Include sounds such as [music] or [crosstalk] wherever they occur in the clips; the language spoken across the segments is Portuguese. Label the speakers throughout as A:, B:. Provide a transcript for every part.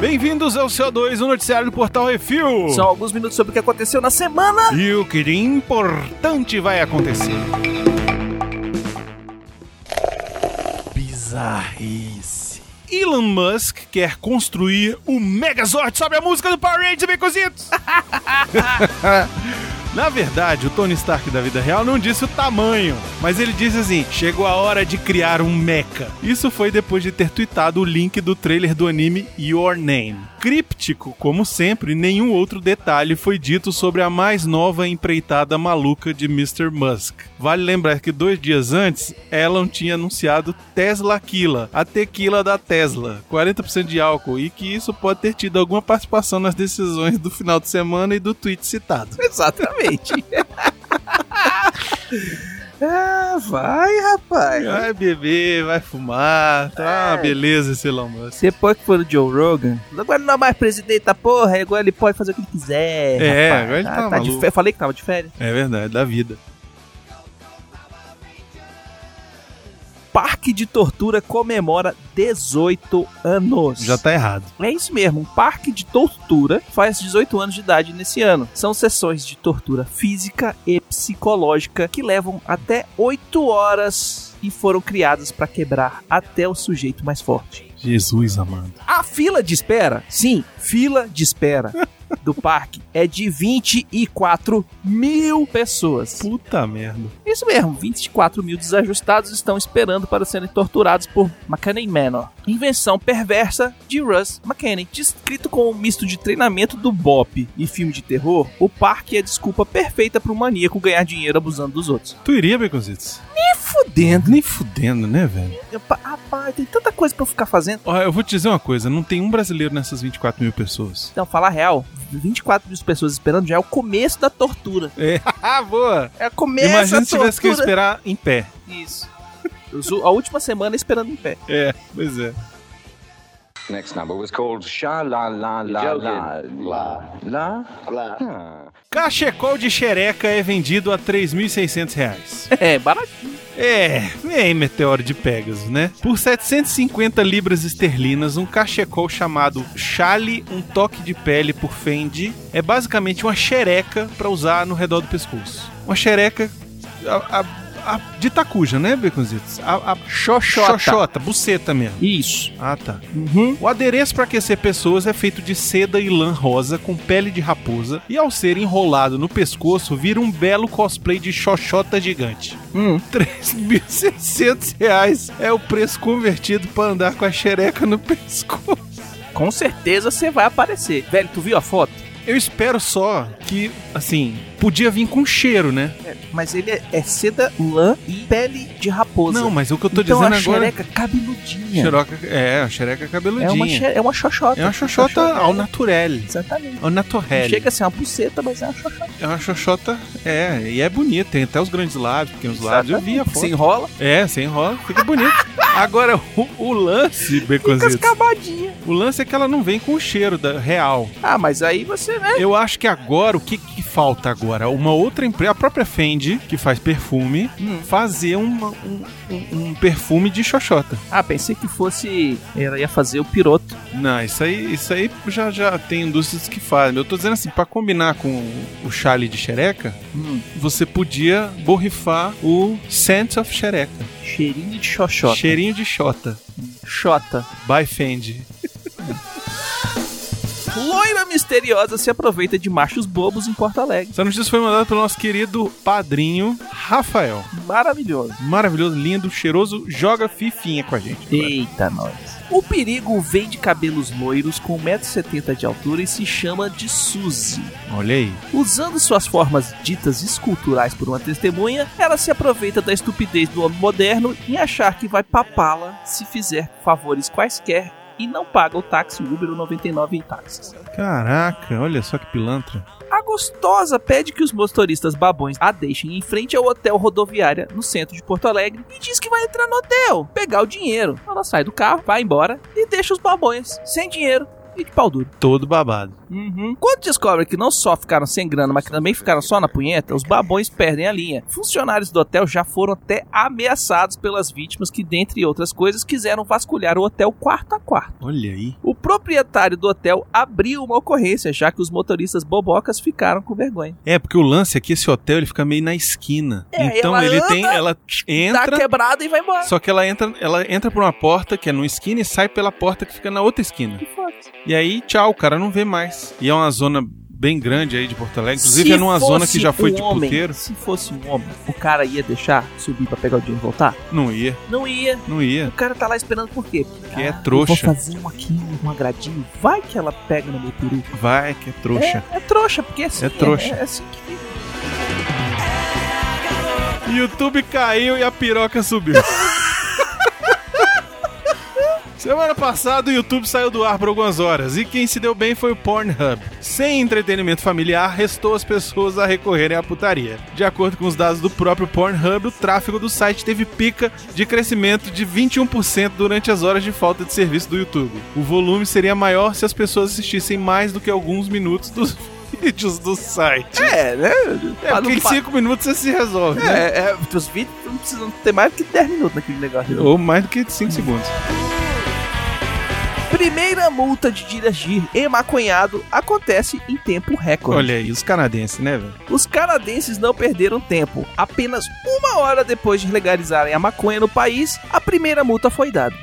A: Bem-vindos ao CO2, o noticiário do Portal Refil.
B: São alguns minutos sobre o que aconteceu na semana.
A: E o que de importante vai acontecer.
B: Bizarrice.
A: Elon Musk quer construir o Megazord sobre a música do Power Rangers, bem cozidos. Na verdade, o Tony Stark da vida real não disse o tamanho, mas ele disse assim: chegou a hora de criar um mecha. Isso foi depois de ter tweetado o link do trailer do anime Your Name. Críptico, como sempre, nenhum outro detalhe foi dito sobre a mais nova empreitada maluca de Mr. Musk. Vale lembrar que dois dias antes, Elon tinha anunciado Tesla Quila, a tequila da Tesla, 40% de álcool, e que isso pode ter tido alguma participação nas decisões do final de semana e do tweet citado.
B: [laughs] Exatamente. [laughs] ah, vai, rapaz.
A: Vai beber, vai fumar, tá uma beleza esse Elon Musk.
B: Depois que for o Joe Rogan, agora não é mais presidente da porra, agora ele pode fazer o que ele quiser.
A: É,
B: rapaz. Ah,
A: agora ele tá
B: de
A: maluco.
B: fe- Falei que tava de férias.
A: É verdade, da vida.
B: Parque de Tortura comemora 18 anos.
A: Já tá errado.
B: É isso mesmo, um parque de tortura faz 18 anos de idade nesse ano. São sessões de tortura física e psicológica que levam até 8 horas e foram criadas para quebrar até o sujeito mais forte.
A: Jesus amado.
B: A fila de espera, sim, fila de espera do parque é de 24 mil pessoas.
A: Puta merda.
B: Isso mesmo, 24 mil desajustados estão esperando para serem torturados por McKinney Manor. Invenção perversa de Russ McKinney. Descrito como um misto de treinamento do Bop e filme de terror, o parque é a desculpa perfeita para um maníaco ganhar dinheiro abusando dos outros.
A: Tu iria, Baconzitos?
B: E fudendo,
A: Nem fudendo, né, velho?
B: hein? Pa- Rapaz, tem tanta coisa para ficar fazendo.
A: Ó, eu vou te dizer uma coisa: não tem um brasileiro nessas 24 mil pessoas.
B: Então, falar real, 24 mil pessoas esperando já é o começo da tortura.
A: É, ah, [laughs] boa!
B: É o começo
A: Imagina
B: da
A: se tivesse que
B: tortura.
A: esperar em pé.
B: Isso. A última semana esperando em pé.
A: É, pois é.
C: Next number was called Sha La La La La La La La.
A: Cachecol de xereca é vendido a 3.600 reais.
B: É, baratinho.
A: É, vem meteoro de Pegasus, né? Por 750 libras esterlinas, um cachecol chamado chale, um toque de pele por Fendi, é basicamente uma xereca pra usar no redor do pescoço. Uma xereca a- a- a- de tacuja, né, Beconzitos? A, a
B: Xoxota.
A: xoxota, buceta mesmo.
B: Isso.
A: Ah, tá.
B: Uhum.
A: O adereço para aquecer pessoas é feito de seda e lã rosa com pele de raposa e ao ser enrolado no pescoço vira um belo cosplay de xoxota gigante.
B: Hum.
A: 3.600 reais é o preço convertido pra andar com a xereca no pescoço.
B: Com certeza você vai aparecer. Velho, tu viu a foto?
A: Eu espero só que, assim, podia vir com cheiro, né?
B: Mas ele é, é seda, lã e pele de raposa.
A: Não, mas o que eu tô
B: então
A: dizendo
B: a
A: agora...
B: xereca cabeludinha.
A: Xeroca, é, a xereca cabeludinha.
B: É uma, xe- é uma xoxota.
A: É uma xoxota ao naturel.
B: Exatamente.
A: Ao naturel.
B: Chega a ser uma buceta, mas é uma xoxota.
A: É uma xoxota, é, e é bonita, tem até os grandes lábios, pequenos lábios, eu vi a foto.
B: Se enrola,
A: É, sem enrola, fica bonito. Agora, o, o lance,
B: fica as
A: Beconzito,
B: cabadinhas.
A: o lance é que ela não vem com o cheiro da, real.
B: Ah, mas aí você, né?
A: Eu acho que agora, o que, que falta agora? Uma outra empresa, a própria Fendi, que faz perfume,
B: Hum.
A: fazer uma- um, um- um perfume de xoxota.
B: Ah, pensei que fosse. Ela ia fazer o piroto.
A: Não, isso aí, isso aí já, já tem indústrias que fazem. Eu tô dizendo assim, pra combinar com o chale de xereca,
B: Hum,
A: você podia borrifar o scent of xereca.
B: cheirinho de xoxota.
A: Cheirinho de xota.
B: Xota.
A: By Fendi.
B: Loira misteriosa se aproveita de machos bobos em Porto Alegre.
A: Essa notícia foi mandada pelo nosso querido padrinho Rafael.
B: Maravilhoso.
A: Maravilhoso, lindo, cheiroso, joga fifinha com a gente. agora.
B: Eita, nós. O perigo vem de cabelos loiros com 1,70m de altura e se chama de Suzy.
A: Olha aí.
B: Usando suas formas ditas esculturais por uma testemunha, ela se aproveita da estupidez do homem moderno em achar que vai papá-la se fizer favores quaisquer e não paga o táxi Uber ou 99 em táxis.
A: Caraca, olha só que pilantra.
B: A gostosa pede que os motoristas babões a deixem em frente ao hotel rodoviária no centro de Porto Alegre e diz que vai entrar no hotel, pegar o dinheiro. Ela sai do carro, vai embora e deixa os babões sem dinheiro. e de pau duro.
A: Todo babado.
B: Uhum. Quando descobrem que não só ficaram sem grana, mas que também ficaram só na punheta, os babões perdem a linha. Funcionários do hotel já foram até ameaçados pelas vítimas que, dentre outras coisas, quiseram vasculhar o hotel quarto a quarto.
A: Olha aí.
B: O proprietário do hotel abriu uma ocorrência, já que os motoristas bobocas ficaram com vergonha.
A: É, porque o lance é que esse hotel ele fica meio na esquina.
B: É,
A: então
B: ela
A: ele
B: anda,
A: tem. Ela
B: Dá
A: entra.
B: quebrada e vai embora.
A: Só que ela entra, ela entra por uma porta que é numa esquina e sai pela porta que fica na outra esquina.
B: Que foda-se.
A: E aí, tchau, o cara não vê mais. E é uma zona bem grande aí de Porto Alegre. Inclusive
B: Se
A: é numa zona que
B: fosse
A: já foi
B: um
A: de
B: homem,
A: puteiro.
B: Se fosse um homem, o cara ia deixar subir pra pegar o dinheiro e voltar?
A: Não ia,
B: Não ia.
A: não ia.
B: O cara tá lá esperando por quê? Porque
A: Que é
B: Vou
A: trouxa.
B: fazer um aqui, um agradinho. Vai que ela pega no meu peru.
A: Vai que é trouxa.
B: É, é trouxa, porque é assim.
A: É trouxa.
B: É, é assim que...
A: YouTube caiu e a piroca subiu. Semana passada o YouTube saiu do ar por algumas horas e quem se deu bem foi o Pornhub. Sem entretenimento familiar, restou as pessoas a recorrerem à putaria. De acordo com os dados do próprio Pornhub, o tráfego do site teve pica de crescimento de 21% durante as horas de falta de serviço do YouTube. O volume seria maior se as pessoas assistissem mais do que alguns minutos dos [laughs] vídeos do site.
B: É, né?
A: É, porque em 5 minutos você se resolve, né?
B: é, os vídeos não precisam ter mais do que 10 minutos naquele negócio.
A: Ou mais do que 5 segundos.
B: Primeira multa de dirigir emaconhado acontece em tempo recorde.
A: Olha aí, os canadenses, né, velho?
B: Os canadenses não perderam tempo. Apenas uma hora depois de legalizarem a maconha no país, a primeira multa foi dada.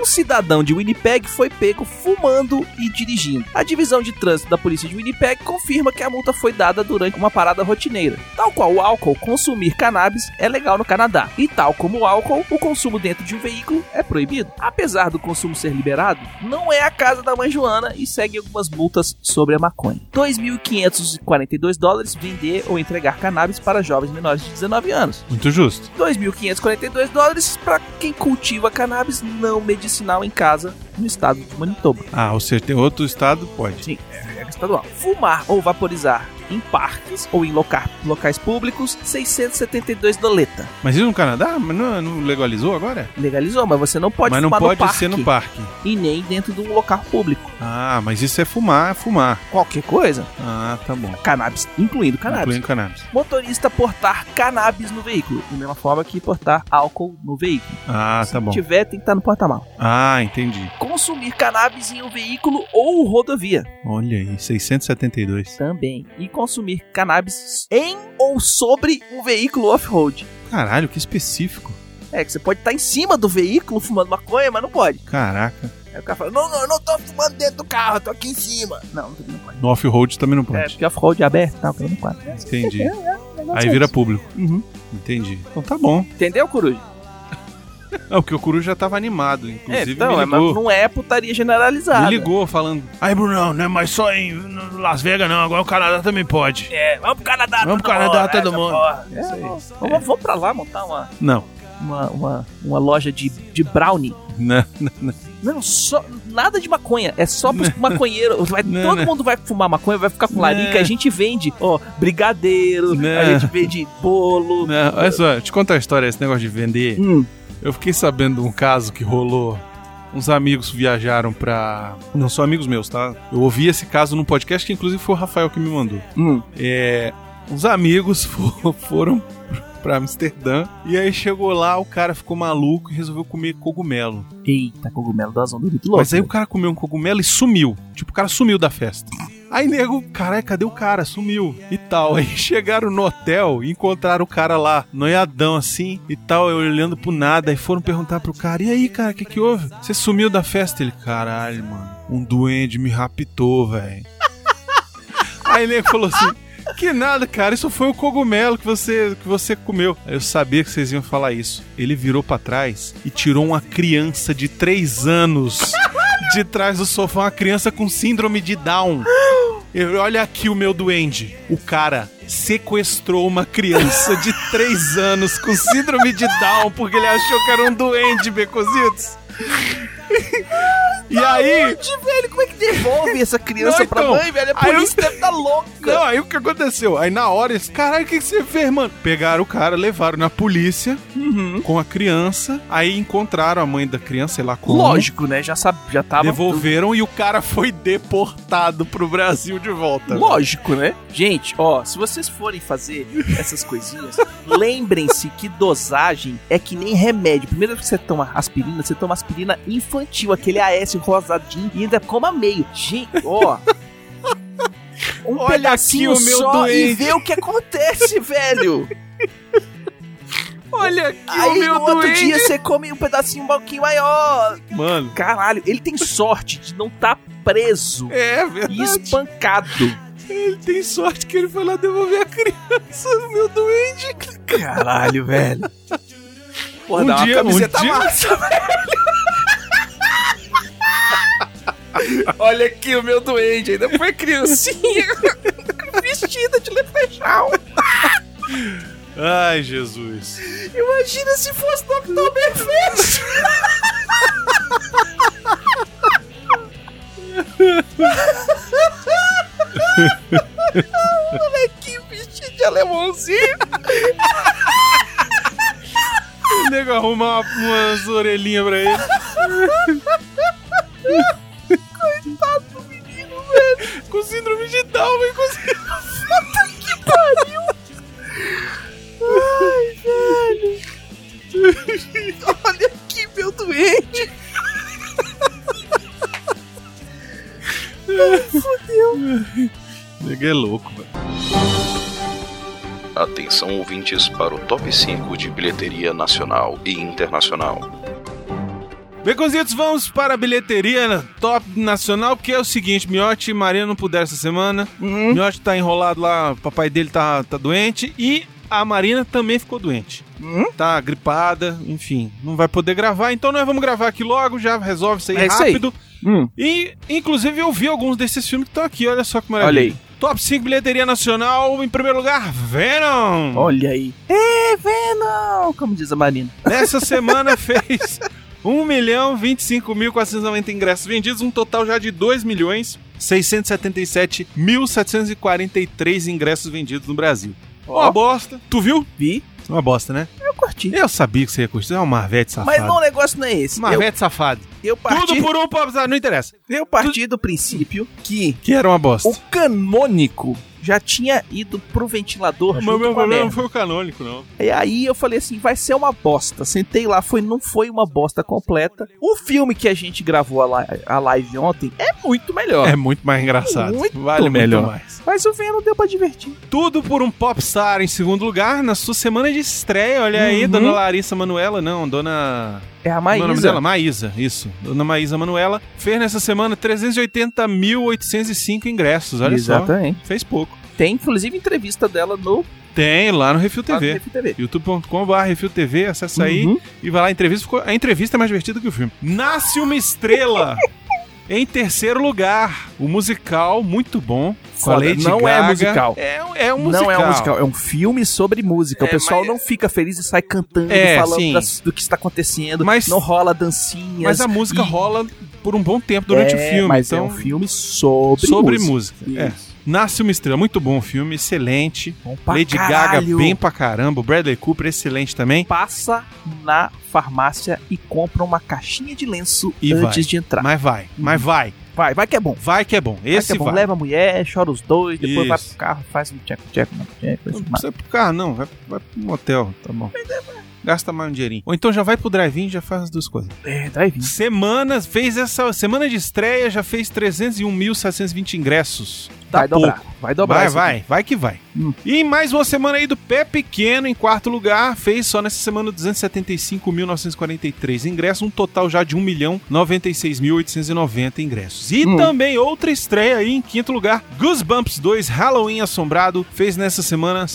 B: Um cidadão de Winnipeg foi pego fumando e dirigindo. A divisão de trânsito da polícia de Winnipeg confirma que a multa foi dada durante uma parada rotineira. Tal qual o álcool, consumir cannabis é legal no Canadá. E tal como o álcool, o consumo dentro de um veículo é proibido. Apesar do consumo ser liberado, não é a casa da mãe Joana e segue algumas multas sobre a maconha. 2.542 dólares vender ou entregar cannabis para jovens menores de 19 anos.
A: Muito justo.
B: 2.542 dólares para quem cultiva cannabis não medicinal em casa no estado de Manitoba.
A: Ah, ou seja, tem outro estado? Pode.
B: Sim, é regra estadual. Fumar ou vaporizar em parques ou em loca- locais públicos, 672 doleta.
A: Mas isso no Canadá? Mas não, não legalizou agora?
B: Legalizou, mas você não pode
A: mas não
B: fumar
A: pode
B: no parque
A: ser no parque.
B: e nem dentro de um local público.
A: Ah, mas isso é fumar, fumar.
B: Qualquer coisa,
A: Ah, tá bom.
B: cannabis, incluindo cannabis.
A: Incluindo cannabis.
B: Motorista portar cannabis no veículo, da mesma forma que portar álcool no veículo.
A: Ah, tá bom.
B: Se tiver, tem que estar no porta-mal.
A: Ah, entendi.
B: Consumir cannabis em um veículo ou rodovia.
A: Olha aí, 672.
B: também e consumir cannabis em ou sobre um veículo off-road.
A: Caralho, que específico.
B: É, que você pode estar em cima do veículo fumando maconha, mas não pode.
A: Caraca.
B: Aí o cara fala, não, não, eu não tô fumando dentro do carro, eu tô aqui em cima. Não, não pode.
A: No off-road também não
B: É,
A: pode.
B: porque off-road é aberto, tá, pelo quadro. É,
A: Entendi. Aí vira público.
B: Uhum.
A: Entendi. Então tá bom.
B: Entendeu, Coruja?
A: É, porque o Curu já tava animado, inclusive.
B: é, então,
A: me
B: é, mas
A: ligou.
B: não é putaria generalizada.
A: Me ligou falando. Aí, Brunão, não é mais só em Las Vegas, não. Agora o Canadá também pode.
B: É, vamos pro Canadá,
A: Vamos pro
B: todo
A: Canadá,
B: mundo,
A: todo
B: essa
A: mundo.
B: porra.
A: É isso aí.
B: É, vamos, vamos- vamos pra lá montar uma,
A: Não.
B: uma, uma, uma loja de, de brownie.
A: Não,
B: Não, só nada de maconha. É
A: [laughs]
B: só pros maconheiros. Vai-
A: Não,
B: todo
A: não.
B: mundo vai fumar maconha, vai ficar com larica.
A: Não.
B: A gente vende, ó, brigadeiro,
A: Não.
B: a gente vende bolo.
A: não. Olha só, te conta a história, esse negócio de vender.
B: Hum,
A: Eu fiquei sabendo de um caso que rolou. Uns amigos viajaram pra. Não são amigos meus, tá? Eu ouvi esse caso num podcast que, inclusive, foi o Rafael que me mandou.
B: hum.
A: É. Uns amigos [laughs] fo- foram pra Amsterdã. E aí chegou lá, o cara ficou maluco e resolveu comer cogumelo.
B: Eita, cogumelo da zona do Rio louco. né?
A: Mas aí o cara comeu um cogumelo e sumiu. Tipo, o cara sumiu da festa. Aí nego, caralho, cadê o cara? Sumiu e tal. Aí [laughs] chegaram no hotel e encontraram o cara lá, noiadão assim e tal, eu olhando pro nada. Aí foram perguntar pro cara: e aí, cara, o que que houve? Você sumiu da festa? Ele, caralho, mano, um duende me raptou, velho. [laughs] Aí nego falou assim. Que nada, cara, isso foi o cogumelo que você, que você comeu. Aí Eu sabia que vocês iam falar isso. Ele virou pra trás e tirou uma criança de 3 anos de trás do sofá, uma criança com síndrome de Down. Eu- olha aqui o meu duende. O cara sequestrou uma criança de 3 anos com síndrome de Down porque ele achou que era um duende, Becositos. E aí,
B: Gente, velho, como é que devolve essa criança
A: Não,
B: pra
A: então.
B: mãe, velho? A
A: Aí
B: polícia deve tá louca.
A: Não, aí o que aconteceu? Aí na hora eles, caralho, o que que você fez, mano? Pegaram o cara, levaram na polícia.
B: Uhum.
A: com a criança. Aí encontraram a mãe da criança, sei lá como.
B: Lógico, né? Já, sabe, já tava.
A: Devolveram e o cara foi deportado pro Brasil de volta.
B: Lógico, né? Gente, ó, se vocês forem fazer essas
A: [laughs]
B: coisinhas, lembrem-se que dosagem é que nem remédio. Primeiro que você toma aspirina, você toma aspirina infantil, aquele AS rosadinho, e ainda coma meio. Gente,
A: [laughs]
B: ó. Um
A: Olha aqui
B: pedacinho
A: o meu
B: só e
A: doente.
B: vê o que
A: [laughs]
B: acontece, velho.
A: Olha aqui
B: Aí no outro dia você come um pedacinho um pouquinho maior.
A: Mano,
B: Caralho, ele tem sorte de não estar preso
A: é
B: e
A: verdade.
B: espancado.
A: Ele tem sorte que ele foi lá devolver a criança, meu doente.
B: Caralho, velho. Porra,
A: Um
B: dá
A: dia-
B: uma camiseta
A: um dia-
B: massa, velho. [laughs] Olha aqui o meu doente, ainda foi criancinha [laughs] vestida de leprechal.
A: Ai, Jesus.
B: Imagina se fosse no Oktoberfest. [laughs] Molequinho vestido de alemãozinho.
A: O nego arruma uma- umas orelhinhas pra ele. Coitado do menino, velho. Com síndrome de Down, hein? Com síndrome...
B: Olha aqui, meu doente.
A: O nego é louco, velho.
D: Atenção ouvintes para o top 5 de bilheteria nacional e internacional.
A: Baconzitos, vamos para a bilheteria na- top nacional, que é o seguinte, Miotti e Maria não puderam essa semana.
B: Uhum.
A: Miotti tá enrolado lá, o papai dele tá, tá doente e a Marina também ficou doente.
B: Hum?
A: Tá gripada, enfim, não vai poder gravar, então nós vamos gravar aqui logo, já resolve isso aí
B: É isso aí.
A: rápido. E, inclusive, eu vi alguns desses filmes que estão aqui, olha só que maravilha.
B: Olha aí.
A: Top 5 bilheteria nacional, em primeiro lugar, Venom.
B: Olha aí. É, Venom, como diz a Marina.
A: Nessa semana [laughs] fez 1 milhão 25 mil 490 ingressos vendidos, um total já de 2 milhões 677 mil 743 ingressos vendidos no Brasil. Uma bosta. Tu viu?
B: vi,
A: Uma bosta, né?
B: eu curti.
A: Eu sabia que você ia curtir. É um marvete
B: Mas
A: safado.
B: não, o negócio não é esse. Eu,
A: Marvete safado.
B: eu parti,
A: Tudo por um pobre. Ah, Não interessa.
B: eu parti do princípio que
A: Que era uma bosta.
B: o canônico já tinha ido pro ventilador
A: Mas
B: junto com a merda.
A: foi o canônico, não.
B: E aí eu falei assim, vai ser uma bosta. Sentei lá, foi, não foi uma bosta completa. O filme que a gente gravou a, li- a live ontem é muito melhor.
A: É muito mais engraçado.
B: Muito
A: vale
B: melhor.
A: muito mais.
B: Mas o Venom deu pra divertir.
A: Tudo por um popstar em segundo lugar, na sua semana de estreia. Olha aí,
B: Uhum.
A: dona Larissa Manuela, não, dona.
B: É a
A: Como é o nome dela?
B: Maísa.
A: Maísa, isso. Dona Maísa Manuela fez nessa semana 380.805 ingressos, olha
B: Exatamente.
A: só. Fez pouco.
B: Tem, inclusive, entrevista dela no
A: Tem lá no Refil TV.
B: TV.
A: youtube.com.br, Refil TV, acessa aí
B: Uhum.
A: e vai lá. A entrevista, ficou, a entrevista é mais divertida que o filme. Nasce uma
B: [laughs]
A: estrela! em terceiro lugar, o musical, muito bom. com a
B: Foda,
A: Lady
B: não é
A: Gaga.
B: musical.
A: É, um- é um musical.
B: Não é um musical, é um filme sobre música.
A: É,
B: o pessoal
A: mas-
B: não fica feliz e sai cantando,
A: É, sim.
B: falando das- do que está acontecendo.
A: Mas-
B: não rola dancinhas.
A: Mas a música
B: E-
A: rola por um bom tempo durante
B: É,
A: o filme.
B: Mas
A: então,
B: é um filme sobre,
A: sobre
B: música.
A: música. É. Nasce uma estrela, muito bom o filme, excelente.
B: Bom pra
A: Lady Gaga,
B: caralho.
A: bem pra caramba. O Bradley Cooper, excelente também.
B: Passa na farmácia e compra uma caixinha de lenço
A: E vai.
B: antes de entrar.
A: Mas vai, mas vai.
B: Vai, vai que é bom.
A: Vai que é bom.
B: Vai
A: Esse
B: que é bom.
A: vai.
B: Leva a mulher, chora os dois, depois
A: Isso.
B: vai pro carro, faz um tcheco-tcheco, um tcheco,
A: Não
B: esse mar-
A: precisa pro carro, não. Vai, vai pro motel, tá bom. Gasta mais um dinheirinho. Ou então já vai pro drive-in e já faz as duas coisas.
B: É, daí vim.
A: Semanas, fez essa semana de estreia, já fez 301.720 ingressos. Tá
B: Vai dobrar, vai dobrar.
A: Vai,
B: isso
A: vai, vai que vai.
B: Hum.
A: E mais uma semana aí do Pé Pequeno, em quarto lugar, fez só nessa semana 275.943 ingressos, um total já de 1.096.890 ingressos. E
B: Hum.
A: também outra estreia aí em quinto lugar, Goosebumps 2 Halloween Assombrado, fez nessa semana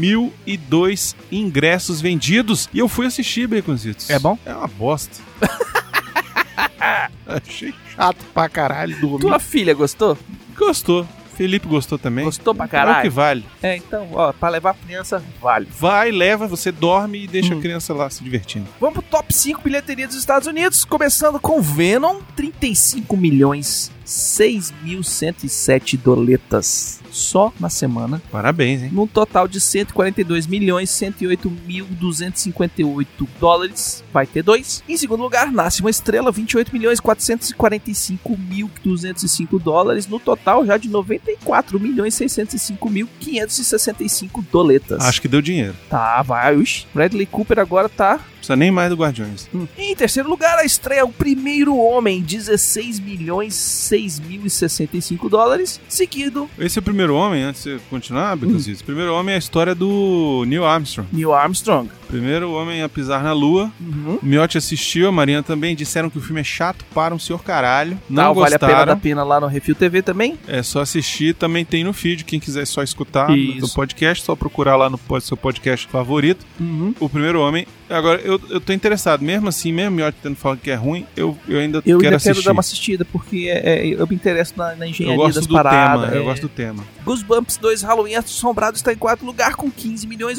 A: 161.002 ingressos vendidos. E eu fui assistir, Baconzitos.
B: É bom?
A: É uma
B: [laughs]
A: bosta. Achei chato pra caralho
B: aqui.
A: dormir.
B: Tua filha gostou?
A: Gostou. Felipe gostou também.
B: Gostou pra
A: É o que
B: caralho?
A: vale.
B: É, então, ó, pra levar a criança, vale.
A: Vai, leva, você dorme e deixa
B: Hum.
A: a criança lá se divertindo.
B: Vamos pro top 5 bilheteria dos Estados Unidos, começando com Venom, 35 milhões 6.107 doletas só na semana
A: Parabéns, hein?
B: num total de 142 milhões 108.258 dólares, vai ter dois. Em segundo lugar, nasce uma estrela, 28 milhões 445.205 dólares, no total já de 94 milhões 605.565 doletas.
A: Acho que deu dinheiro.
B: Tá, vai. Uxi. Bradley Cooper agora tá hum,
A: Não precisa nem mais do Guardiões.
B: em terceiro lugar, a estreia O Primeiro Homem, 16 milhões 6.065 dólares, seguido
A: Esse é o primeiro homem, antes de você
B: Hum.
A: continuar, Becazis. O primeiro homem é a história do Neil Armstrong.
B: Neil Armstrong.
A: Primeiro homem a pisar na lua.
B: Uhum.
A: O Miotti assistiu, a Mariana também. Disseram que o filme é chato para um senhor caralho. Não
B: Tal, Tá, vale a
A: gostaram.
B: pena da pena lá no Refil TV também.
A: É só assistir, também tem no feed. Quem quiser só escutar no
B: Isso.
A: do podcast, só procurar lá no pod- seu podcast favorito.
B: Uhum.
A: O primeiro homem. Agora, eu, eu tô interessado, mesmo assim, mesmo o Miotti tendo falado que é ruim, eu, eu ainda
B: Eu
A: quero
B: ainda
A: assistir.
B: quero dar uma assistida, porque é, é, eu me interesso na, na
A: eu
B: engenharia
A: gosto
B: das
A: do
B: paradas.
A: tema, eu
B: é.
A: gosto do tema.
B: Goosebumps 2 Halloween Assombrado está em quarto lugar com 15 milhões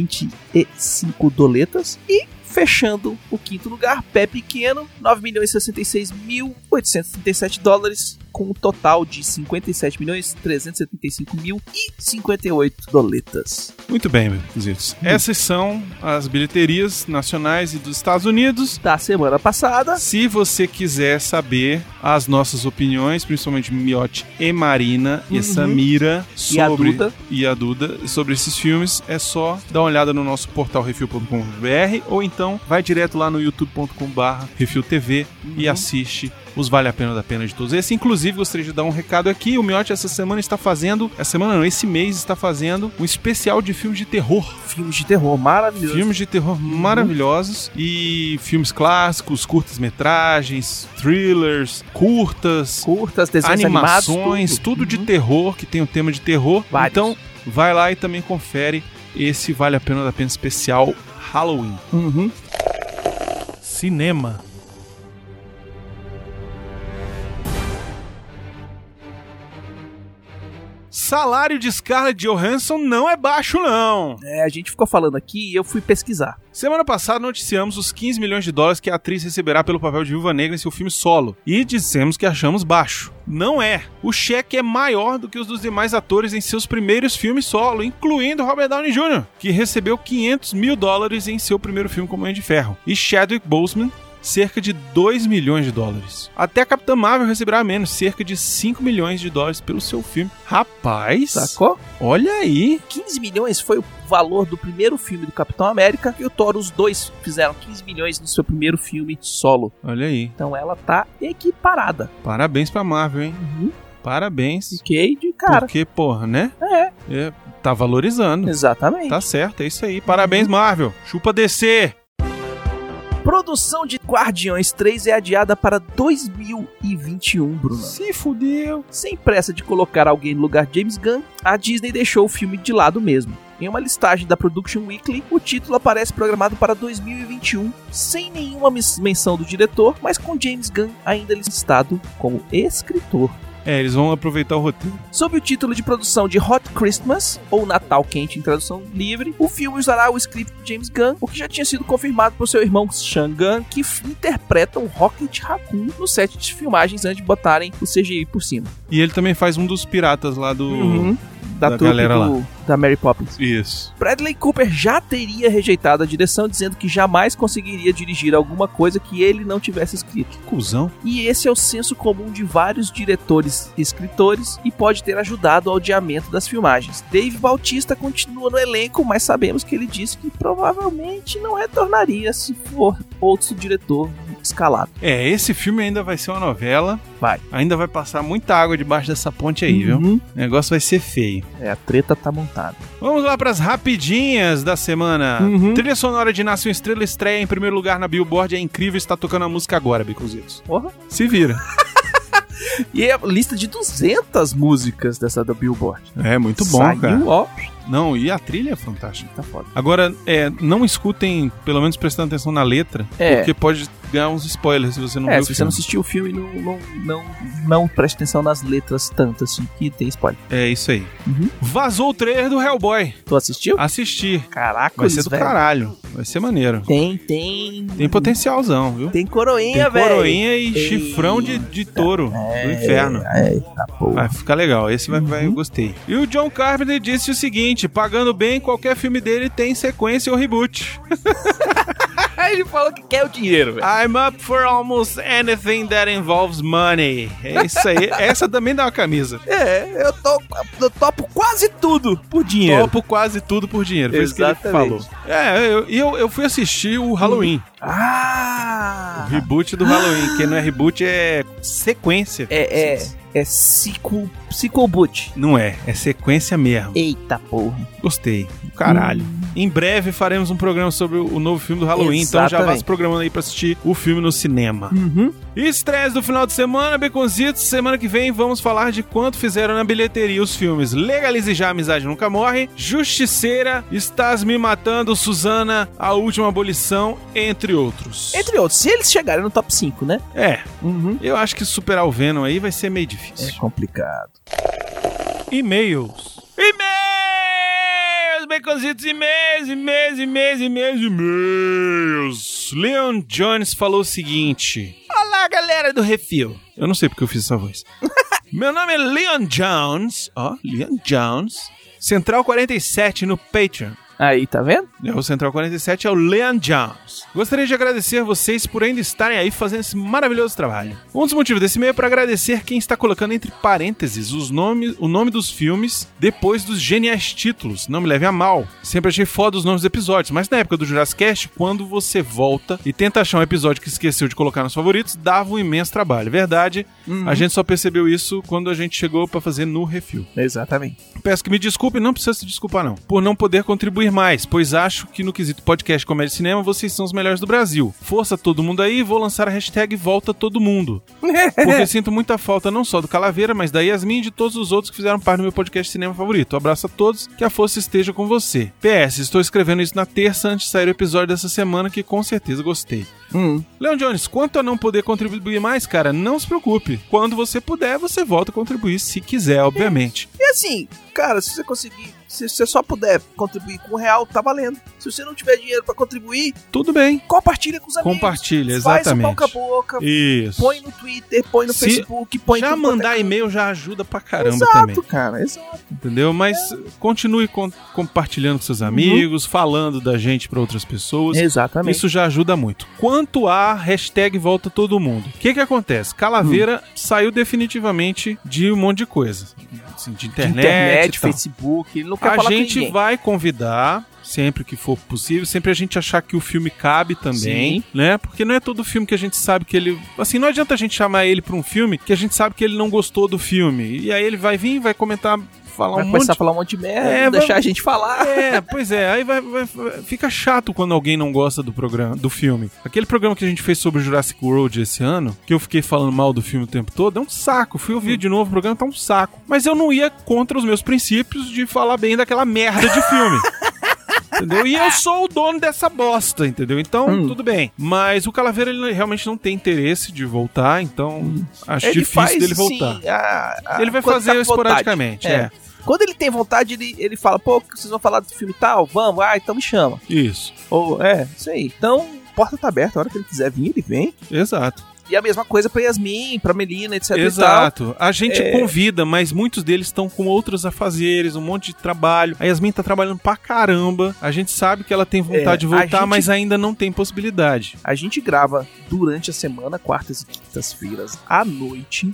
B: 802.225 doletas. E fechando o quinto lugar, Pé Pequeno, 9 milhões 66.837 dólares, com um total de 57 milhões 375.058 doletas.
A: Muito bem, Zitos. Essas são as bilheterias nacionais e dos Estados Unidos.
B: Da semana passada,
A: Se você quiser saber as nossas opiniões, principalmente Miotti e Marina e
B: Uhum.
A: Samira
B: e a
A: sobre
B: Duda,
A: e a Duda sobre esses filmes, é só dar uma olhada no nosso portal refil.com.br ou então vai direto lá no youtube.com.br refiltv e
B: Hum,
A: assiste os Vale a Pena da Pena de todos esses. Inclusive, gostaria de dar um recado aqui. O Miotti essa semana está fazendo, essa semana não, esse mês está fazendo um especial de filmes de terror.
B: filmes de terror maravilhosos.
A: Filmes de terror maravilhosos e filmes clássicos, curtas-metragens, thrillers, curtas,
B: curtas, desenhos
A: animações,
B: animados,
A: tudo, de terror, que tem o tema de terror.
B: Uhum. Vários.
A: Então, vai lá e também confere esse Vale a Pena da Pena especial Halloween.
B: Uhum.
A: Cinema. Salário de Scarlett Johansson não é baixo, não.
B: É, a gente ficou falando aqui e eu fui pesquisar.
A: Semana passada noticiamos os 15 milhões de dólares que a atriz receberá pelo papel de Viúva Negra em seu filme solo. E dissemos que achamos baixo. Não é. O cheque é maior do que os dos demais atores em seus primeiros filmes solo, incluindo Robert Downey Jr., que recebeu 500 mil dólares em seu primeiro filme como Homem de Ferro. E Chadwick Boseman, cerca de 2 milhões de dólares. Até a Capitã Marvel receberá menos, cerca de 5 milhões de dólares pelo seu filme. Rapaz,
B: Sacou?
A: olha aí.
B: 15 milhões foi o valor do primeiro filme do Capitão América e o Thor, os dois fizeram 15 milhões no seu primeiro filme solo.
A: Olha aí.
B: Então ela tá equiparada.
A: Parabéns pra Marvel, hein?
B: Uhum.
A: Parabéns.
B: Fiquei de cara.
A: Porque, porra, né?
B: É,
A: É, tá valorizando.
B: exatamente.
A: Tá certo, é isso aí. Parabéns, Marvel. Chupa DC.
B: Produção de Guardiões 3 é adiada para 2021, Bruno.
A: Se fudeu.
B: Sem pressa de colocar alguém no lugar de James Gunn, a Disney deixou o filme de lado mesmo. Em uma listagem da Production Weekly, o título aparece programado para 2021, sem nenhuma mis- menção do diretor, mas com James Gunn ainda listado como escritor.
A: É, eles vão aproveitar o roteiro.
B: Sob o título de produção de Hot Christmas, ou Natal Quente em tradução livre, o filme usará o script de James Gunn, o que já tinha sido confirmado por seu irmão Sean Gunn, que f- interpreta o Rocket Raccoon no set de filmagens antes de botarem o CGI por cima.
A: E ele também faz um dos piratas lá do.
B: Uhum. Da,
A: da
B: trupe
A: galera
B: do- da Mary Poppins.
A: Isso.
B: Bradley Cooper já teria rejeitado a direção, dizendo que jamais conseguiria dirigir alguma coisa que ele não tivesse escrito.
A: Cusão.
B: E esse é o senso comum de vários diretores e escritores e pode ter ajudado ao adiamento das filmagens. Dave Bautista continua no elenco, mas sabemos que ele disse que provavelmente não retornaria se for outro diretor escalado.
A: É, esse filme ainda vai ser uma novela.
B: Vai.
A: Ainda vai passar muita água debaixo dessa ponte aí, viu?
B: Uhum.
A: O negócio vai ser feio.
B: É, a treta tá montada.
A: Vamos lá pras rapidinhas da semana.
B: Uhum.
A: Trilha sonora de Nasce uma Estrela estreia em primeiro lugar na Billboard. É incrível, está tocando a música agora, Bicuzitos.
B: Porra.
A: Se vira.
B: E a lista de 200 músicas dessa da Billboard.
A: É, muito
B: Saiu, ó,
A: Não, e a trilha é fantástica.
B: tá foda.
A: Agora, é, não escutem, pelo menos prestando atenção na letra,
B: É.
A: porque pode ganhar uns spoilers se você não
B: é,
A: viu
B: se
A: o
B: você não
A: filme.
B: assistiu o filme, não, não, não, não preste atenção nas letras tantas assim, que tem spoiler.
A: É isso aí.
B: Uhum.
A: Vazou o trailer do Hellboy.
B: Tu assistiu?
A: Assisti.
B: Ah, Caraca,
A: Vai ser do
B: velho.
A: caralho. Vai ser maneiro.
B: Tem, tem.
A: Tem potencialzão, viu?
B: Tem
A: Tem
B: coroinha, velho.
A: coroinha e chifrão de, de touro
B: É.
A: do inferno.
B: Eita porra.
A: Vai ficar legal, esse vai, vai- eu
B: Uhum.
A: gostei. E o John Carpenter disse o seguinte: pagando bem, qualquer filme dele tem sequência ou reboot.
B: Aí ele falou que quer o dinheiro,
A: [laughs]
B: velho.
A: I'm up for almost anything that involves money. É isso aí. Essa também dá uma camisa.
B: É, eu, tô, eu topo quase tudo por dinheiro.
A: Topo quase tudo por dinheiro. Foi isso que ele falou.
B: Exatamente.
A: É, eu- e eu, eu, fui assistir o Halloween.
B: Ah!
A: O reboot do Halloween, que não é reboot, é sequência.
B: É, é, é Cico, Cico Boot.
A: Não é, é sequência mesmo.
B: Eita porra.
A: Gostei. do Caralho. Em breve faremos um programa sobre o novo filme do Halloween, então já vá
B: Exatamente.
A: se programando aí pra assistir o filme no cinema.
B: Uhum.
A: Estreias do final de semana, Beconzitos. Semana que vem vamos falar de quanto fizeram na bilheteria os filmes Legalize Já, Amizade Nunca Morre, Justiceira, Estás Me Matando, Suzana, A Última Abolição, entre outros.
B: Entre outros, se eles chegarem no top 5, né?
A: É,
B: Uhum.
A: eu acho que superar o Venom aí vai ser meio
B: É
A: difícil.
B: complicado.
A: E-mails. E-mails, Baconzitos, e-mails, e-mails, e-mails, e-mails, e-mails. Leon Jones falou o seguinte: Olá, galera do Refil. Eu não sei porque eu fiz essa
B: [laughs]
A: voz. Meu nome é Leon Jones, ó, Leon Jones, Central 47 no Patreon.
B: Aí, tá vendo?
A: É, O Central 47 é o Leon Jones. Gostaria de agradecer vocês por ainda estarem aí fazendo esse maravilhoso trabalho. Um dos motivos desse e-mail é para agradecer quem está colocando entre parênteses os nomes, o nome dos filmes depois dos geniais títulos. Não me levem a mal. Sempre achei foda os nomes dos episódios, mas na época do Jurassic Cast, quando você volta e tenta achar um episódio que esqueceu de colocar nos favoritos, dava um imenso trabalho. Verdade, a gente só percebeu isso quando a gente chegou para fazer no refil. [laughs]
B: Exatamente.
A: Peço que me desculpe, não precisa se desculpar não, por não poder contribuir mais, pois acho que no quesito podcast comédia e cinema vocês são os melhores do Brasil. Força todo mundo aí, vou lançar a hashtag Volta Todo Mundo, porque sinto muita falta não só do Calaveira, mas da Yasmin e de todos os outros que fizeram parte do meu podcast cinema favorito. abraço a todos, que a força esteja com você. PS, estou escrevendo isso na terça antes de sair o episódio dessa semana que com certeza gostei.
B: Hum.
A: Leon Jones, quanto a não poder contribuir mais, cara, não se preocupe. Quando você puder, você volta a contribuir se quiser, obviamente.
B: E assim, cara, se você conseguir, se você só puder contribuir com um real, tá valendo. Se você não tiver dinheiro pra contribuir,
A: Tudo bem.
B: compartilha com os amigos.
A: Compartilha,
B: Faz o
A: exatamente.
B: boca a boca,
A: Isso.
B: põe no Twitter, põe no
A: Se-
B: Facebook, põe
A: já
B: no
A: mandar e-mail já ajuda pra caramba
B: Exato, É.
A: também,
B: cara, exato.
A: entendeu? Mas continue con- compartilhando com seus amigos,
B: Uhum.
A: falando da gente pra outras pessoas.
B: Exatamente.
A: Isso já ajuda muito. Quanto à hashtag volta todo mundo, o que que acontece? Calaveira
B: Hum.
A: saiu definitivamente de um monte de coisa. Assim, de internet, e tal.
B: Facebook, ele não quer
A: A
B: falar com
A: gente
B: ninguém.
A: vai convidar sempre que for possível, sempre a gente achar que o filme cabe também,
B: Sim.
A: né? Porque não é todo filme que a gente sabe que ele, assim, não adianta a gente chamar ele pra um filme que a gente sabe que ele não gostou do filme. E aí ele vai vir, vai comentar, falar
B: Vai
A: um monte
B: começar a falar um monte de merda,
A: É,
B: não deixar
A: vamos-
B: a gente falar.
A: é, pois é, aí vai, vai- vai- fica chato quando alguém não gosta do programa, do filme. Aquele programa que a gente fez sobre Jurassic World esse ano, que eu fiquei falando mal do filme o tempo todo, é um saco. Fui
B: Hum.
A: ouvir de novo o programa, tá um saco. Mas eu não ia contra os meus princípios de falar bem daquela merda de
B: [laughs]
A: filme. Entendeu? E eu sou o dono dessa bosta, entendeu? Então,
B: Hum.
A: tudo bem. Mas o Calaveira, ele realmente não tem interesse de voltar, então acho
B: Hum. Ele
A: difícil
B: faz,
A: dele
B: assim,
A: voltar.
B: a- a-
A: ele vai
B: quando
A: fazer
B: tá com vontade.
A: esporadicamente, é.
B: É. Quando ele tem vontade, ele, ele fala, pô, vocês vão falar do filme tal? Vamos, ah, então me chama.
A: Isso,
B: Ou, é, isso aí. Então, porta tá aberta, a hora que ele quiser vir, ele vem.
A: exato.
B: E a mesma coisa pra Yasmin, pra Melina, etc e tal.
A: Exato. A gente
B: É.
A: convida, mas muitos deles estão com outros afazeres, um monte de trabalho. A Yasmin tá trabalhando pra caramba. A gente sabe que ela tem vontade
B: É,
A: de voltar,
B: a gente-
A: mas ainda não tem possibilidade.
B: A gente grava durante a semana, quartas e quintas-feiras, à noite.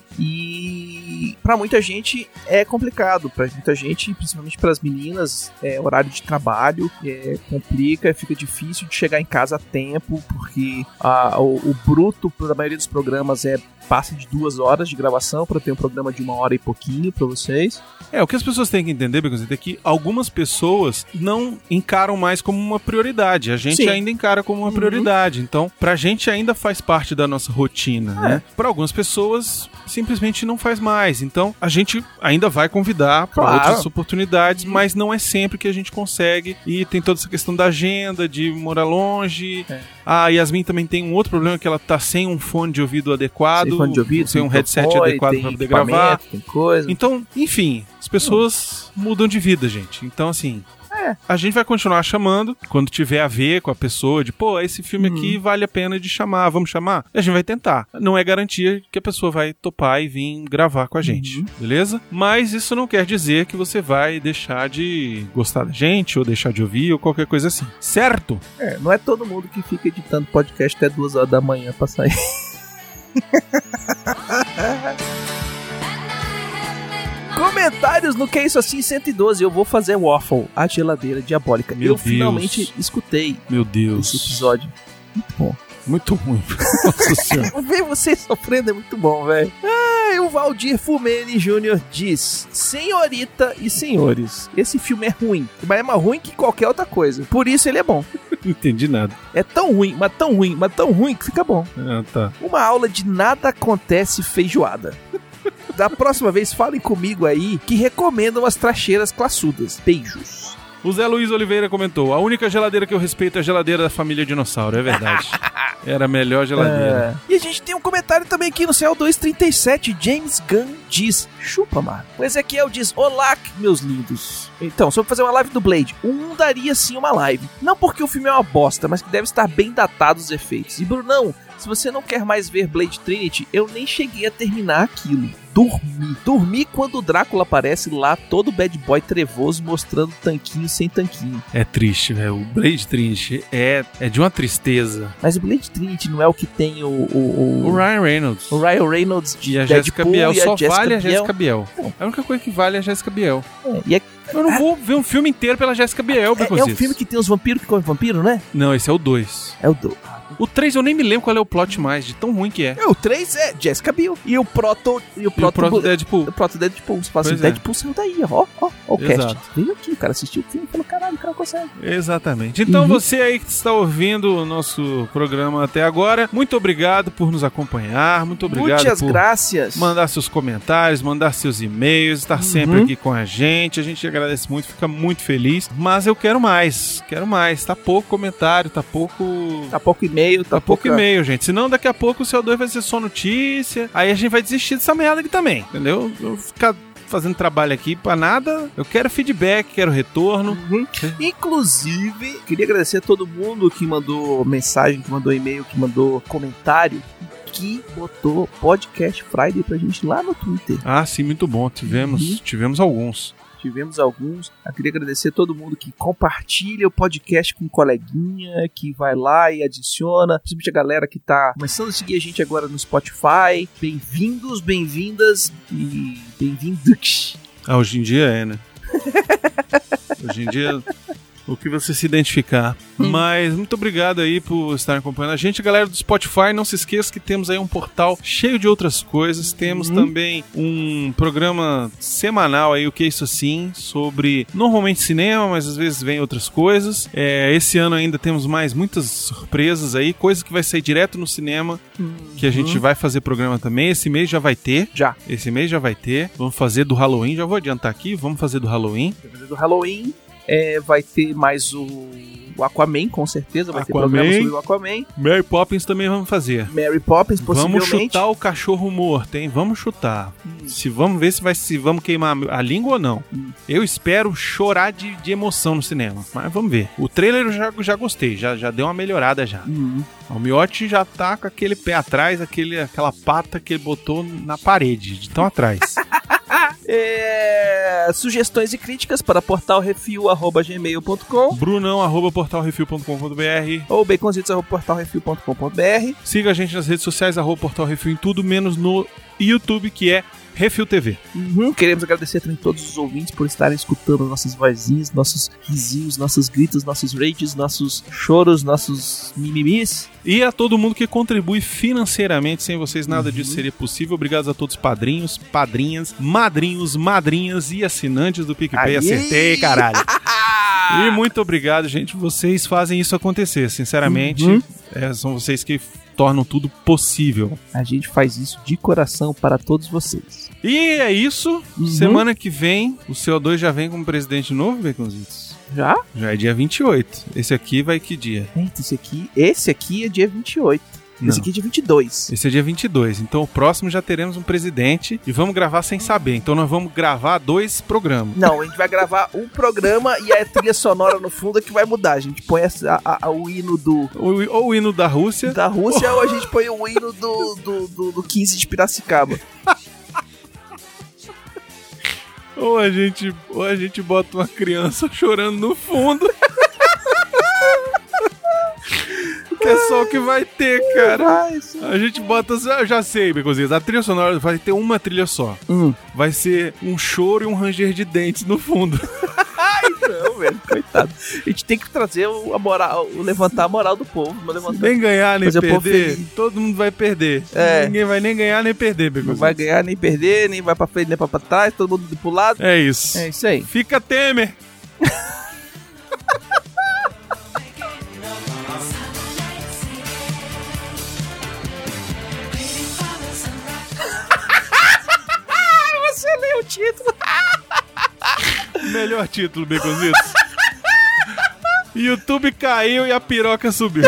B: E pra muita gente é complicado. Pra muita gente, principalmente pras meninas, é, horário de trabalho é, complica, fica difícil de chegar em casa a tempo, porque ah, o, o bruto da maioria dos programas é passe de duas horas de gravação pra eu ter um programa de uma hora e pouquinho pra vocês.
A: É, o que as pessoas têm que entender, Beconzito, é que algumas pessoas não encaram mais como uma prioridade. A gente
B: Sim. Uhum.
A: ainda encara como uma prioridade. Então, pra gente ainda faz parte da nossa rotina,
B: É.
A: né? Pra algumas pessoas simplesmente não faz mais. Então, a gente ainda vai convidar pra
B: Claro.
A: outras oportunidades, mas não é sempre que a gente consegue. E tem toda essa questão da agenda, de morar longe. Ah,
B: É.
A: A Yasmin também tem um outro problema que ela tá sem um fone de ouvido adequado,
B: Sem fone de ouvido,
A: sem um headset
B: microfone,
A: adequado
B: tem
A: pra poder
B: equipamento,
A: gravar.
B: Tem coisa.
A: Então, enfim, as pessoas mudam de vida, gente. Então, assim.
B: É.
A: A gente vai continuar chamando quando tiver a ver com a pessoa, de pô, esse filme aqui vale a pena de chamar, vamos chamar? A gente vai tentar. Não é garantia que a pessoa vai topar e vir gravar com a gente, beleza? Mas isso não quer dizer que você vai deixar de gostar da gente, ou deixar de ouvir, ou qualquer coisa assim, certo?
B: É, não é todo mundo que fica editando podcast até duas horas da manhã pra sair. [laughs] Comentários no Que É Isso Assim 112. Eu vou fazer waffle, a geladeira diabólica.
A: Meu
B: eu
A: Deus.
B: finalmente escutei
A: Meu
B: esse
A: Deus.
B: episódio.
A: Muito ruim. [laughs] Nossa senhora.
B: Ver vocês sofrendo é muito bom, velho. Ah, e o Valdir Fumene Jr. diz: Senhorita e senhores, esse filme é ruim, mas é mais ruim que qualquer outra coisa. Por isso ele é bom.
A: Não entendi nada.
B: É tão ruim, mas tão ruim, mas tão ruim que fica bom.
A: Ah, tá.
B: Uma aula de nada acontece feijoada. [laughs] Da próxima vez, falem comigo aí que recomendam as tracheiras classudas. Beijos.
A: O Zé Luiz Oliveira comentou: a única geladeira que eu respeito é a geladeira da família dinossauro, é
B: [laughs]
A: verdade. Era a melhor geladeira.
B: É. E a gente tem um comentário também aqui no CO237. James Gunn diz: chupa, mano. O Ezequiel diz: olá, meus lindos. Então, sobre fazer uma live do Blade, um daria sim uma live. Não porque o filme é uma bosta, mas que deve estar bem datado os efeitos. E Brunão, se você não quer mais ver Blade Trinity, eu nem cheguei a terminar aquilo. Dormi. Dormi quando o Drácula aparece lá, todo bad boy trevoso, mostrando tanquinho sem tanquinho.
A: É, triste, velho. O Blade Trinity é, é de uma tristeza.
B: Mas o Blade Trinity não é o que tem o.
A: O
B: O, o,
A: Ryan Reynolds
B: o Ryan Reynolds de
A: e a
B: Deadpool
A: Jéssica Biel.
B: e
A: Só
B: Jessica
A: vale a
B: Biel.
A: Jéssica Biel. É a única coisa que vale é a Jéssica Biel.
B: É, e é,
A: Eu não vou ver um filme inteiro pela Jéssica Biel,
B: é, é um filme que tem os vampiros que comem vampiro, né?
A: Não, esse é o 2.
B: É o do.
A: O 3 eu nem me lembro qual é o plot mais, de tão ruim que é.
B: É, o 3 é Jessica Biel. E o Proto. E o
A: E o
B: Proto.
A: próprio Deadpool.
B: o Proto Deadpool. Se fala assim,
A: Pois é.
B: Deadpool saiu daí, ó. Ó, ó, o
A: Exato.
B: cast. Veio aqui, o cara assistiu o filme e falou: caralho, o cara consegue.
A: Exatamente. Então
B: Uhum.
A: você aí que está ouvindo o nosso programa até agora, muito obrigado por nos acompanhar, muito obrigado
B: Muitas
A: por
B: graças.
A: mandar seus comentários, mandar seus e-mails, estar
B: Uhum.
A: sempre aqui com a gente. A gente agradece muito, fica muito feliz, mas eu quero mais, quero mais. Tá pouco comentário, tá pouco
B: Tá pouco e-mail, tá,
A: Tá pouco
B: pouca-
A: e-mail, gente. Senão daqui a pouco o CO2 vai ser só notícia. Aí a gente vai desistir dessa merda aqui também, entendeu? Eu vou ficar fazendo trabalho aqui pra nada. Eu quero feedback, quero retorno.
B: Uhum. Inclusive, queria agradecer a todo mundo que mandou mensagem, que mandou e-mail, que mandou comentário, que botou podcast Friday pra gente lá no Twitter.
A: Ah, sim, muito bom. Tivemos,
B: Uhum.
A: tivemos alguns.
B: Tivemos alguns. Eu queria agradecer a todo mundo que compartilha o podcast com um coleguinha, que vai lá e adiciona. Principalmente a galera que tá começando a seguir a gente agora no Spotify. Bem-vindos, bem-vindas e bem-vindos. [laughs]
A: Ah, hoje em dia é, né? [laughs] hoje em dia, o que você se identificar. Mas muito obrigado aí por estar acompanhando a gente. Galera do Spotify, não se esqueça que temos aí um portal cheio de outras coisas. Temos
B: Uhum.
A: também um programa semanal aí, o que é isso assim, sobre normalmente cinema, mas às vezes vem outras coisas. É, esse ano ainda temos mais muitas surpresas aí, coisa que vai sair direto no cinema, que a gente vai fazer programa também. Esse mês já vai ter.
B: Já.
A: Esse mês já vai ter. Vamos fazer do Halloween. Já vou adiantar aqui. Vamos fazer do Halloween.
B: do Halloween. É, vai ter mais o, o Aquaman, com certeza. Vai
A: Aquaman.
B: ter programa sobre o Aquaman.
A: Mary Poppins também vamos fazer.
B: Mary Poppins,
A: Vamos
B: possivelmente.
A: chutar o cachorro morto, hein? Vamos chutar. Se vamos ver se vai se vamos queimar a língua ou não. Eu espero chorar de, de emoção no cinema, mas vamos ver. O trailer eu já, já gostei, já, já deu uma melhorada já.
B: Hum.
A: O Miotti já tá com aquele pé atrás, aquele, aquela pata que ele botou na parede, de tão atrás.
B: É, sugestões e críticas para portalrefil.gmail.com
A: Brunão, arroba portalrefil.com.br,
B: ou baconzitos.portalrefil.com.br
A: Siga a gente nas redes sociais, arroba Portal Refil em tudo, menos no YouTube, que é Refil TV.
B: Uhum. Queremos agradecer também todos os ouvintes por estarem escutando nossas vozinhas, nossos risinhos, nossos gritos, nossos rages, nossos choros, nossos mimimis.
A: E a todo mundo que contribui financeiramente, sem vocês nada
B: Uhum.
A: disso seria possível. Obrigado a todos os padrinhos, padrinhas, madrinhos, madrinhas e assinantes do PicPay.
B: Aí.
A: Acertei, caralho. E
B: Ah!
A: muito obrigado, gente. Vocês fazem isso acontecer, sinceramente.
B: Uhum.
A: é, são vocês que tornam tudo possível.
B: A gente faz isso de coração para todos vocês.
A: E é isso.
B: Uhum.
A: Semana que vem, o CO2 já vem como presidente novo, Baconzitos?
B: Já?
A: Já é dia 28. Esse aqui vai que dia?
B: Eita, esse aqui, esse aqui é dia 28.
A: Não.
B: Esse aqui é dia 22.
A: Esse é dia 22. Então o próximo já teremos um presidente e vamos gravar sem saber. Então nós vamos gravar dois programas.
B: Não, a gente vai gravar um programa e a trilha sonora no fundo é que vai mudar. A gente põe essa- a- a- o hino do,
A: Ou, ou o hino da Rússia.
B: da Rússia ou a gente põe o hino do, do, do, do 15 de Piracicaba.
A: Ou a gente, ou a gente bota uma criança [laughs] chorando no fundo. [laughs] que é só o que vai ter, cara.
B: Caralho, isso.
A: A gente bota, eu já sei, Becozinhas, a trilha sonora vai ter uma trilha só.
B: Hum.
A: Vai ser um choro e um ranger de dentes no fundo. [laughs]
B: Não, velho, coitado. A gente tem que trazer o, a moral, o levantar a moral do povo. Não levantar.
A: Nem ganhar, nem
B: Fazer o povo
A: perder.
B: feliz.
A: Todo mundo vai perder.
B: É.
A: Ninguém vai nem ganhar, nem perder,
B: Não
A: Becozinhas.
B: vai ganhar, nem perder, nem vai pra frente, nem vai pra trás, todo mundo pro lado.
A: É isso.
B: É isso aí.
A: Fica Temer.
B: Você leu o título.
A: Melhor título, Beconzitos. YouTube caiu e a piroca subiu.